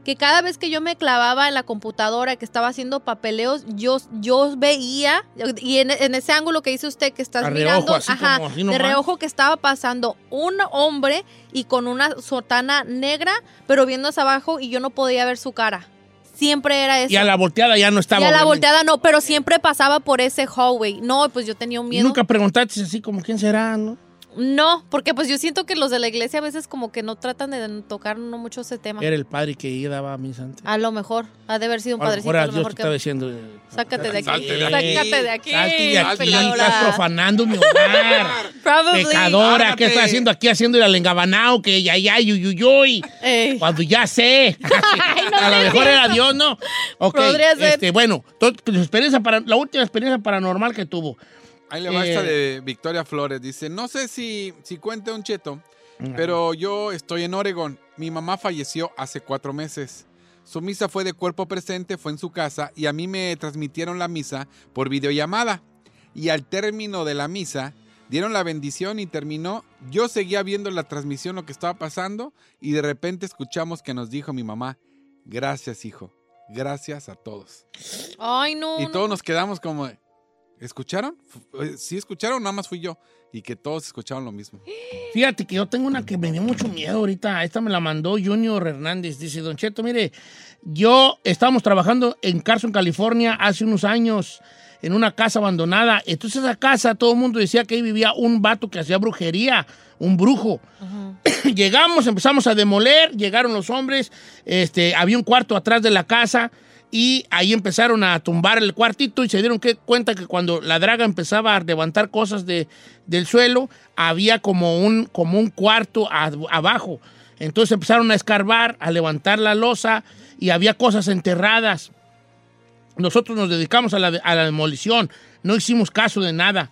Speaker 1: que cada vez que yo me clavaba en la computadora, que estaba haciendo papeleos, yo, yo veía, y en, en ese ángulo que dice usted, que estás
Speaker 2: A reojo,
Speaker 1: mirando,
Speaker 2: así
Speaker 1: ajá,
Speaker 2: como así
Speaker 1: de
Speaker 2: nomás.
Speaker 1: reojo que estaba pasando un hombre y con una sotana negra, pero viendo hacia abajo y yo no podía ver su cara. Siempre era eso.
Speaker 2: Y a la volteada ya no estaba.
Speaker 1: Y a la
Speaker 2: obviamente.
Speaker 1: volteada no, pero siempre pasaba por ese hallway. No, pues yo tenía un
Speaker 2: Y
Speaker 1: miedo.
Speaker 2: nunca preguntaste así como quién será, ¿no?
Speaker 1: No, porque pues yo siento que los de la iglesia a veces como que no tratan de tocar no mucho ese tema.
Speaker 2: Era el padre que ella daba a misa antes.
Speaker 1: A lo mejor, ha de haber sido un
Speaker 2: A lo
Speaker 1: Ah, padrecito.
Speaker 2: mejor
Speaker 1: A
Speaker 2: a
Speaker 1: lo
Speaker 2: Dios te
Speaker 1: mejor
Speaker 2: estaba
Speaker 1: que...
Speaker 2: diciendo. eh,
Speaker 1: Sácate de aquí.
Speaker 2: Salte de
Speaker 1: Sácate de aquí.
Speaker 2: Salte de aquí,
Speaker 1: pecadora.
Speaker 2: estás profanando mi hogar.
Speaker 1: Probably.
Speaker 2: Pecadora, ¿qué
Speaker 1: Lárgate.
Speaker 2: estás haciendo aquí? Haciendo el alengabanao, que ya, ya, yuyuyoy. Cuando ya sé. a lo mejor era Dios, ¿no? Ok,
Speaker 4: Podría ser.
Speaker 2: este, bueno, entonces, tu experiencia para, la última experiencia paranormal que tuvo.
Speaker 4: Ahí le va
Speaker 2: Eh,
Speaker 4: esta de Victoria Flores. Dice, no sé si, si cuente un cheto, pero yo estoy en Oregon. Mi mamá falleció hace cuatro meses. Su misa fue de cuerpo presente, fue en su casa y a mí me transmitieron la misa por videollamada. Y al término de la misa, dieron la bendición y terminó. Yo seguía viendo la transmisión, lo que estaba pasando, y de repente escuchamos que nos dijo mi mamá, gracias hijo, gracias a todos.
Speaker 1: Ay, no.
Speaker 4: Y
Speaker 1: no.
Speaker 4: todos nos quedamos como, de, ¿escucharon? Fu- eh, Sí, escucharon, nada más fui yo. Y que todos escucharon lo mismo.
Speaker 2: Fíjate que yo tengo una que me dio mucho miedo ahorita. Esta me la mandó Junior Hernández. Dice, Don Cheto, mire, yo estábamos trabajando en Carson, California, hace unos años, en una casa abandonada. Entonces esa casa, todo el mundo decía que ahí vivía un vato que hacía brujería, un brujo. Llegamos, empezamos a demoler, llegaron los hombres, este, había un cuarto atrás de la casa y ahí empezaron a tumbar el cuartito y se dieron que- cuenta que cuando la draga empezaba a levantar cosas de, del suelo, había como un, como un cuarto a- abajo. Entonces empezaron a escarbar, a levantar la losa y había cosas enterradas. Nosotros nos dedicamos a la, de- a la demolición, no hicimos caso de nada.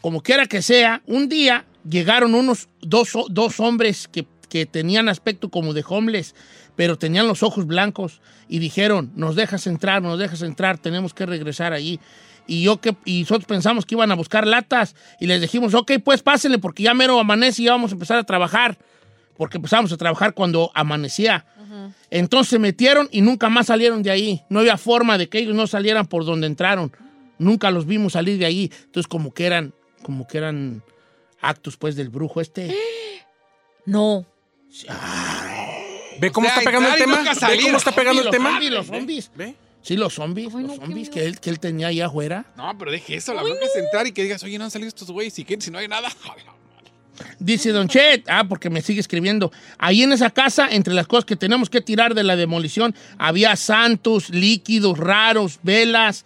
Speaker 2: Como quiera que sea, un día llegaron unos dos, ho- dos hombres que, que tenían aspecto como de homeless, pero tenían los ojos blancos y dijeron, nos dejas entrar, nos dejas entrar, tenemos que regresar allí. Y, yo que, y nosotros pensamos que iban a buscar latas y les dijimos, ok, pues pásenle porque ya mero amanece y ya vamos a empezar a trabajar, porque empezamos a trabajar cuando amanecía. Entonces se metieron y nunca más salieron de ahí. No había forma de que ellos no salieran por donde entraron. Nunca los vimos salir de ahí. Entonces como que eran, como que eran actos pues del brujo este.
Speaker 1: No.
Speaker 3: ¿Ve cómo
Speaker 2: O sea,
Speaker 3: está pegando el
Speaker 2: entrar y
Speaker 3: tema?
Speaker 2: nunca
Speaker 3: ¿Ve
Speaker 2: salir.
Speaker 3: cómo está pegando el
Speaker 2: Los
Speaker 3: tema?
Speaker 2: zombies, los zombies. Sí, los zombies, los zombies que él, que él tenía ahí afuera.
Speaker 4: No, pero deje eso, la bronca es entrar y que digas, oye, no han salido estos güeyes, y que si no hay nada.
Speaker 2: Dice Don Chet, ah, porque me sigue escribiendo. Ahí en esa casa, entre las cosas que tenemos que tirar de la demolición, había santos, líquidos raros, velas.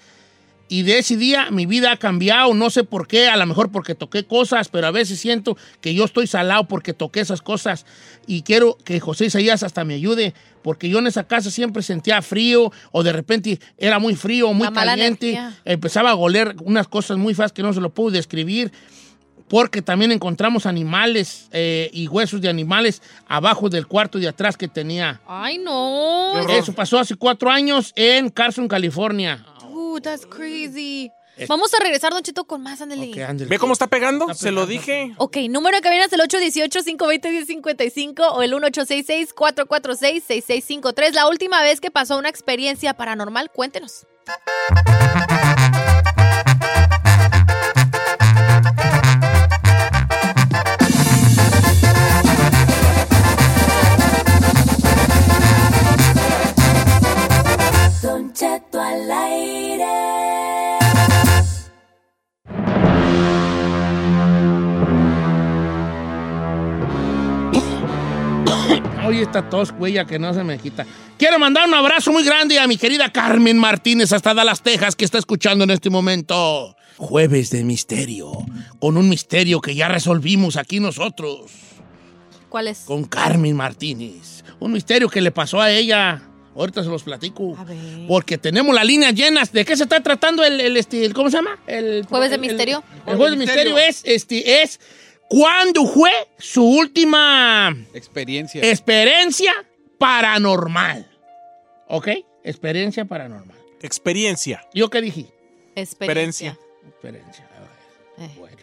Speaker 2: Y de ese día mi vida ha cambiado, no sé por qué, a lo mejor porque toqué cosas, pero a veces siento que yo estoy salado porque toqué esas cosas. Y quiero que José Isaías hasta me ayude, porque yo en esa casa siempre sentía frío, o de repente era muy frío, muy
Speaker 1: La mala
Speaker 2: caliente.
Speaker 1: energía.
Speaker 2: Empezaba a goler unas cosas muy feas que no se lo puedo describir porque también encontramos animales eh, y huesos de animales abajo del cuarto de atrás que tenía.
Speaker 1: Ay, no.
Speaker 2: Eso pasó hace cuatro años en Carson, California.
Speaker 1: Dude, that's crazy.
Speaker 2: Es-
Speaker 1: Vamos a regresar, Don Chito, con más, ándale.
Speaker 3: ¿Ve cómo está pegando? Se lo dije.
Speaker 1: Ok, número de cabina es el 818-520-1055 o el 1866-446-6653. La última vez que pasó una experiencia paranormal, cuéntenos.
Speaker 6: Don Cheto al aire.
Speaker 2: Oye, esta tos, huella, que no se me quita. Quiero mandar un abrazo muy grande a mi querida Carmen Martínez hasta Dallas, Texas, que está escuchando en este momento. Jueves de misterio, con un misterio que ya resolvimos aquí nosotros,
Speaker 1: ¿Cuál es?
Speaker 2: con Carmen Martínez. Un misterio que le pasó a ella. Ahorita se los platico. Porque tenemos las líneas llenas. ¿De qué se está tratando el, el, este, el- cómo se llama? El
Speaker 1: Jueves de
Speaker 2: el-
Speaker 1: misterio.
Speaker 2: El juego del misterio es, este, es cuándo fue su última
Speaker 4: Experiencia.
Speaker 2: experiencia paranormal. ¿Ok? Experiencia paranormal.
Speaker 3: Experiencia.
Speaker 2: ¿Yo qué dije?
Speaker 1: Experiencia.
Speaker 2: Experiencia. a ver.
Speaker 1: Eh.
Speaker 2: Bueno.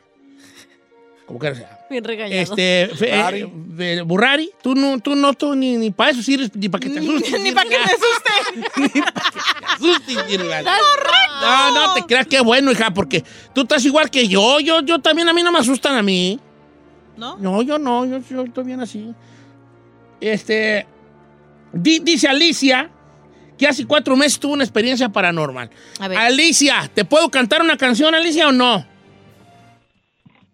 Speaker 2: Como que sea.
Speaker 1: Bien regañado.
Speaker 2: Este, fe-
Speaker 1: Ferrari.
Speaker 2: eh, eh, Burrari, tú no, tú no, tú ni, ni para eso sirves, ni para que te asustes.
Speaker 5: Ni para que me asuste.
Speaker 2: asustes, Irlanda.
Speaker 5: ¡Estás correcto!
Speaker 2: No, no te creas que bueno, hija, porque tú estás igual que yo. Yo, yo también, a mí no me asustan a mí.
Speaker 5: ¿No?
Speaker 2: No, yo no, yo, yo estoy bien así. Este, di- dice Alicia que hace cuatro meses tuvo una experiencia paranormal.
Speaker 1: A ver.
Speaker 2: Alicia, ¿te puedo cantar una canción, Alicia, o no?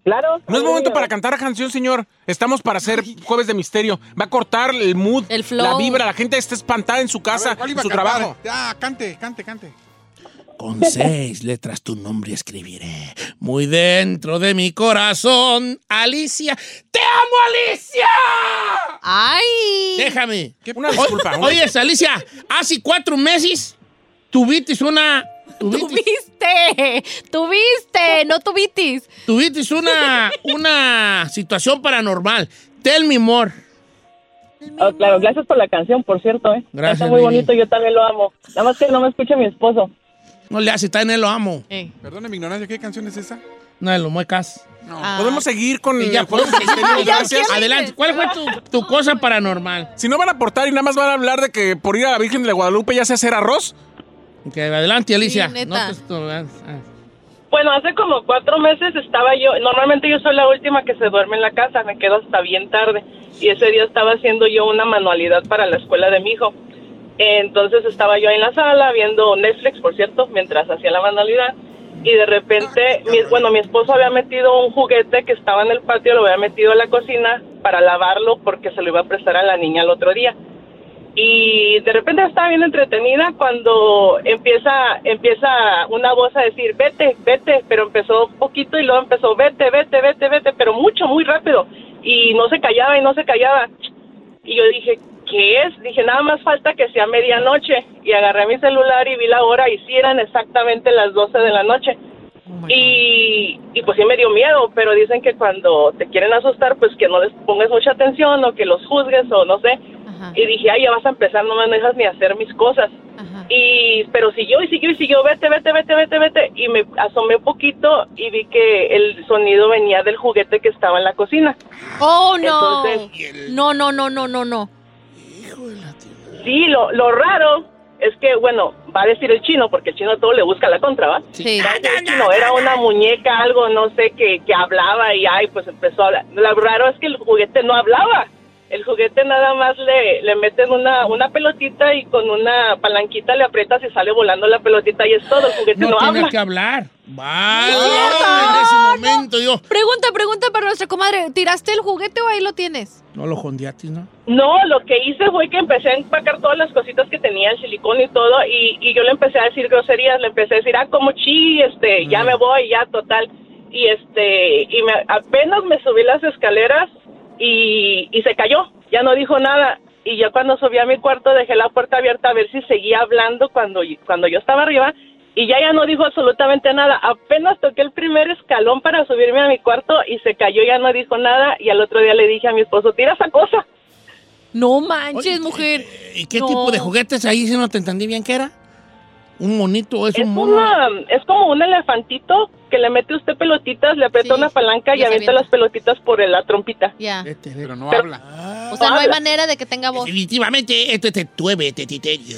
Speaker 7: Claro.
Speaker 3: No es momento para cantar canción, señor. Estamos para hacer jueves de misterio. Va a cortar el mood,
Speaker 1: El flow.
Speaker 3: la vibra. La gente está espantada en su casa,
Speaker 4: ¿Cuál
Speaker 3: en
Speaker 4: iba a
Speaker 3: su
Speaker 4: cantar?
Speaker 3: trabajo.
Speaker 4: Ya, cante, cante, cante.
Speaker 2: Con seis letras tu nombre escribiré. Muy dentro de mi corazón, Alicia. ¡Te amo, Alicia!
Speaker 1: ¡Ay!
Speaker 2: Déjame.
Speaker 3: Una disculpa. una
Speaker 2: Oye, Alicia, hace cuatro meses tuviste una. Tuviste,
Speaker 1: ¡Tuviste! ¡Tuviste! ¡No tuvitis!
Speaker 2: tuviste una, una situación paranormal. Tell me more.
Speaker 7: Ah, claro, gracias por la canción, por cierto, ¿eh?
Speaker 2: Gracias,
Speaker 7: Está muy
Speaker 2: baby.
Speaker 7: bonito, yo también lo amo. Nada más que no me escucha mi esposo.
Speaker 2: No le hace, está en él, lo amo.
Speaker 1: Eh,
Speaker 4: Perdone mi ignorancia, ¿qué canción es esa?
Speaker 2: No lo muecas.
Speaker 1: ah.
Speaker 3: Podemos seguir con
Speaker 2: Y ya,
Speaker 3: el jueves de
Speaker 2: podemos-
Speaker 3: misterio.
Speaker 2: Ya,
Speaker 3: Gracias.
Speaker 2: Adelante. ¿Cuál fue tu, tu cosa paranormal?
Speaker 3: Si no van a aportar y nada más van a hablar de que por ir a la Virgen de la Guadalupe ya se hacer arroz,
Speaker 2: Ok, adelante, Alicia.
Speaker 1: neta.
Speaker 2: No te- no, ah.
Speaker 7: Bueno, hace como cuatro meses estaba yo, normalmente yo soy la última que se duerme en la casa, me quedo hasta bien tarde. Y ese día estaba haciendo yo una manualidad para la escuela de mi hijo. Entonces estaba yo en la sala viendo Netflix, por cierto, mientras hacía la manualidad. Y de repente, mi- bueno, mi esposo había metido un juguete que estaba en el patio, lo había metido a la cocina para lavarlo porque se lo iba a prestar a la niña el otro día y de repente estaba bien entretenida cuando empieza empieza una voz a decir vete vete pero empezó poquito y luego empezó vete vete vete vete pero mucho muy rápido y no se callaba y no se callaba y yo dije qué es dije nada más falta que sea medianoche y agarré mi celular y vi la hora y sí eran exactamente las 12 de la noche y, y pues sí me dio miedo, pero dicen que cuando te quieren asustar, pues que no les pongas mucha atención o que los juzgues o no sé.
Speaker 1: Ajá.
Speaker 2: Eh,
Speaker 7: Y dije, ay, ya vas a empezar, no me dejas ni hacer mis cosas.
Speaker 1: Ajá.
Speaker 2: eh,
Speaker 7: Y, pero siguió y siguió y siguió, vete, vete, vete, vete, vete. Y me asomé un poquito y vi que el sonido venía del juguete que estaba en la cocina.
Speaker 1: ¡Oh, no!
Speaker 7: Entonces-
Speaker 1: No, no, no, no, no, no.
Speaker 7: Sí, lo, lo raro es que, bueno, va a decir el chino, porque el chino todo le busca la contra, ¿va?
Speaker 1: Sí.
Speaker 7: No, era una muñeca, algo, no sé, que, que hablaba y ay, pues empezó a hablar. Lo raro es que el juguete no hablaba. El juguete nada más le, le meten una, una pelotita y con una palanquita le aprietas y sale volando la pelotita y es todo. El juguete
Speaker 2: No,
Speaker 7: no,
Speaker 2: tiene
Speaker 7: habla.
Speaker 2: que hablar. Vale.
Speaker 1: No,
Speaker 2: En ese momento yo.
Speaker 1: Pregunta, pregunta para nuestra comadre. ¿Tiraste el juguete o ahí lo tienes?
Speaker 2: No lo jondeaste, ¿no?
Speaker 7: No, lo que hice fue que empecé a empacar todas las cositas que tenía, el silicón y todo, y, y yo le empecé a decir groserías, le empecé a decir, ah, como chi, este, ya me voy, ya, total. Y este, y me, apenas me subí las escaleras y, y se cayó, ya no dijo nada. Y yo cuando subí a mi cuarto dejé la puerta abierta a ver si seguía hablando cuando, cuando yo estaba arriba y ya ya no dijo absolutamente nada. Apenas toqué el primer escalón para subirme a mi cuarto y se cayó, ya no dijo nada. Y al otro día le dije a mi esposo, tira esa cosa.
Speaker 1: No manches,
Speaker 2: Oye,
Speaker 1: mujer.
Speaker 2: Eh, ¿Y qué
Speaker 1: No.
Speaker 2: tipo de juguetes ahí? Si no te entendí bien, ¿qué era? ¿Un monito o es,
Speaker 7: Es,
Speaker 2: un mono?
Speaker 7: una, es como un elefantito que le mete usted pelotitas, le aprieta
Speaker 1: Sí,
Speaker 7: una palanca y
Speaker 1: los
Speaker 7: avienta
Speaker 1: avienta.
Speaker 7: las pelotitas por la trompita.
Speaker 1: Ya.
Speaker 2: Vete, vete.
Speaker 4: Pero no habla.
Speaker 1: O sea, no hay
Speaker 7: habla.
Speaker 1: manera de que tenga voz.
Speaker 2: Definitivamente, este te tueve, te titerio.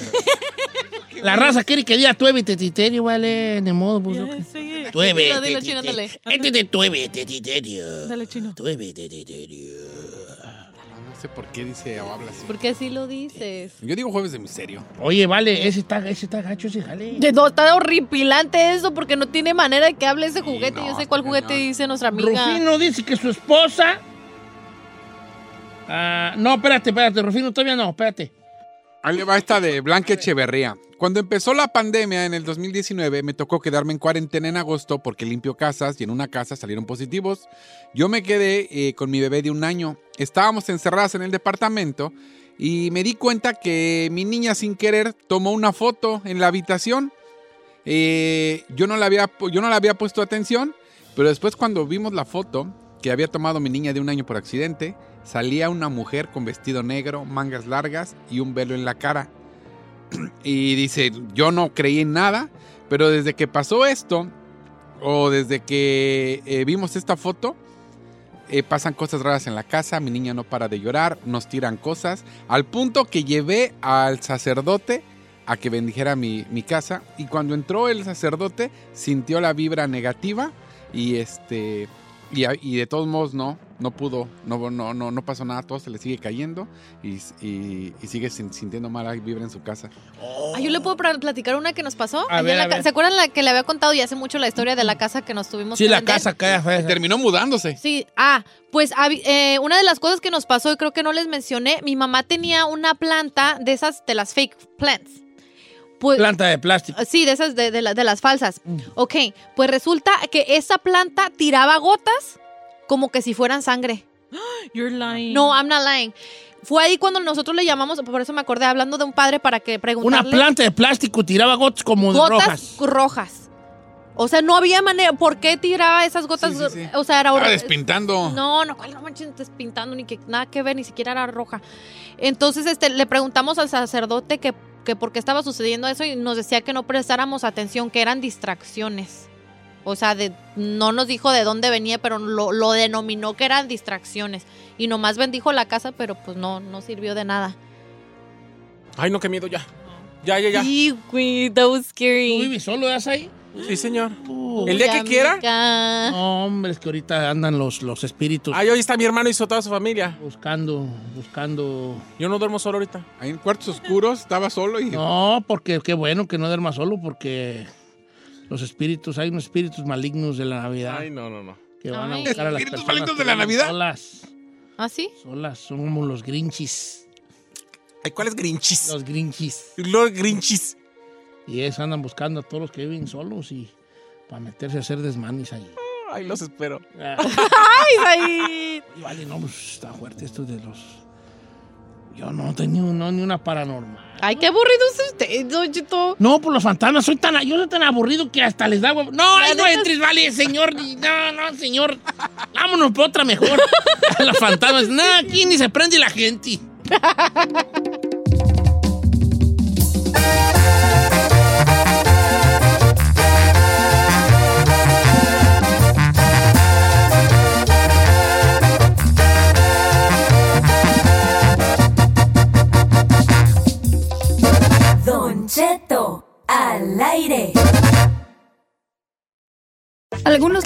Speaker 2: La raza quiere que diga tueve, te titerio, vale. De modo, pues, yo qué.
Speaker 5: Sí,
Speaker 2: Tueve,
Speaker 1: Dilo, dilo,
Speaker 2: te
Speaker 1: chino,
Speaker 2: titerio.
Speaker 1: ándale.
Speaker 2: Este te tueve, te titerio.
Speaker 5: dale chino.
Speaker 2: Tueve, te titerio.
Speaker 4: No sé por qué dice o habla así.
Speaker 1: ¿Por qué así lo dices?
Speaker 4: Yo digo jueves de misterio.
Speaker 2: Oye, vale, ese está, ese está gacho, ese jale.
Speaker 1: De- No, está horripilante eso porque no tiene manera de que hable ese juguete.
Speaker 4: no,
Speaker 1: Yo sé cuál juguete
Speaker 4: señor.
Speaker 1: dice nuestra amiga.
Speaker 2: Rufino dice que su esposa. Ah, no, espérate, espérate, Rufino, todavía no, espérate.
Speaker 4: Ahí le va esta de Blanca Echeverría. Cuando empezó la pandemia en el 2019, me tocó quedarme en cuarentena en agosto porque limpio casas y en una casa salieron positivos. Yo me quedé eh, con mi bebé de un año. Estábamos encerradas en el departamento y me di cuenta que mi niña sin querer tomó una foto en la habitación. Eh, yo, no la había, pu- yo no le había puesto atención, pero después cuando vimos la foto que había tomado mi niña de un año por accidente, salía una mujer con vestido negro, mangas largas y un velo en la cara. Y dice, yo no creí en nada, pero desde que pasó esto, o desde que eh, vimos esta foto, eh, pasan cosas raras en la casa, mi niña no para de llorar, nos tiran cosas, al punto que llevé al sacerdote a que bendijera mi, mi casa, y cuando entró el sacerdote sintió la vibra negativa y este... Y, a- y de todos modos no, No pudo, no, no, no, no pasó nada, todo se le sigue cayendo y, y- y sigue sin- sintiendo mala vibra en su casa.
Speaker 1: Ah, yo le puedo pra- platicar una que nos pasó.
Speaker 4: A
Speaker 1: Allá
Speaker 4: ver,
Speaker 1: en la
Speaker 4: a
Speaker 1: ca-
Speaker 4: ver.
Speaker 1: ¿Se acuerdan la que le había contado ya hace mucho la historia de la casa que nos tuvimos que vender?
Speaker 4: Terminó mudándose.
Speaker 1: Sí, ah, pues habi- eh, una de las cosas que nos pasó, y creo que no les mencioné, mi mamá tenía una planta de esas, de las fake plants. Pues,
Speaker 2: Planta de plástico.
Speaker 1: Sí, de esas, de, de la- de las falsas.
Speaker 4: Mm.
Speaker 1: Ok, pues resulta que esa planta tiraba gotas como que si fueran sangre.
Speaker 5: You're lying.
Speaker 1: No, I'm not lying. Fue ahí cuando nosotros le llamamos, por eso me acordé, hablando de un padre para que
Speaker 2: Una
Speaker 1: preguntarle.
Speaker 2: planta de plástico tiraba gotas como de rojas.
Speaker 1: Gotas rojas. O sea, no había manera. ¿Por qué tiraba esas gotas? O sea, era
Speaker 4: Estaba
Speaker 1: horrible.
Speaker 4: despintando.
Speaker 1: No, no, cuál no manches, despintando, ni que nada que ver, ni siquiera era roja. Entonces, este, le preguntamos al sacerdote que, que por qué estaba sucediendo eso y nos decía que no prestáramos atención, que eran distracciones. O sea, de, no nos dijo de dónde venía, pero lo, lo denominó que eran distracciones. Y nomás bendijo la casa, pero pues no, no sirvió de nada.
Speaker 3: Ay, no, qué miedo ya. Ya, ya, ya.
Speaker 1: Sí, güey, that was scary.
Speaker 2: ¿Vives solo das ahí?
Speaker 3: Sí, señor. El día que quiera.
Speaker 2: No, hombre, es que ahorita andan los, los espíritus.
Speaker 3: Ay, hoy está mi hermano y su- toda su familia.
Speaker 2: Buscando, buscando.
Speaker 3: Yo no duermo solo ahorita.
Speaker 4: Ahí en cuartos oscuros estaba solo y...
Speaker 2: No, porque qué bueno que no duerma solo, porque los espíritus, hay unos espíritus malignos de la Navidad
Speaker 3: Ay, no, no, no.
Speaker 2: que van a
Speaker 1: Ay.
Speaker 2: buscar a las personas
Speaker 1: ¿Espíritus
Speaker 4: malignos de
Speaker 2: que
Speaker 4: la
Speaker 2: viven
Speaker 4: Navidad?
Speaker 2: Solas,
Speaker 1: ¿Ah, sí?
Speaker 2: solas, son como los grinchis.
Speaker 3: Ay, ¿cuáles grinchis?
Speaker 2: Los grinchis.
Speaker 3: Los grinchis.
Speaker 2: Y es, andan buscando a todos los que viven solos y para meterse a hacer desmanes ahí.
Speaker 3: Ay, los espero.
Speaker 1: ¡Ay,
Speaker 2: Oye, Vale, no, pues está fuerte esto de los. Yo no tenía no, ni una paranormal.
Speaker 1: Ay, qué aburrido es usted, Don Cheto.
Speaker 2: No, por los fantasmas, soy tan, yo soy tan aburrido que hasta les da huevo. No,
Speaker 1: La
Speaker 2: ahí no
Speaker 1: neta-
Speaker 2: entres, vale, señor. No, no, señor. Vámonos por otra mejor. los fantasmas. No, aquí ni se prende la gente.
Speaker 6: Don Cheto al aire.
Speaker 10: Algunos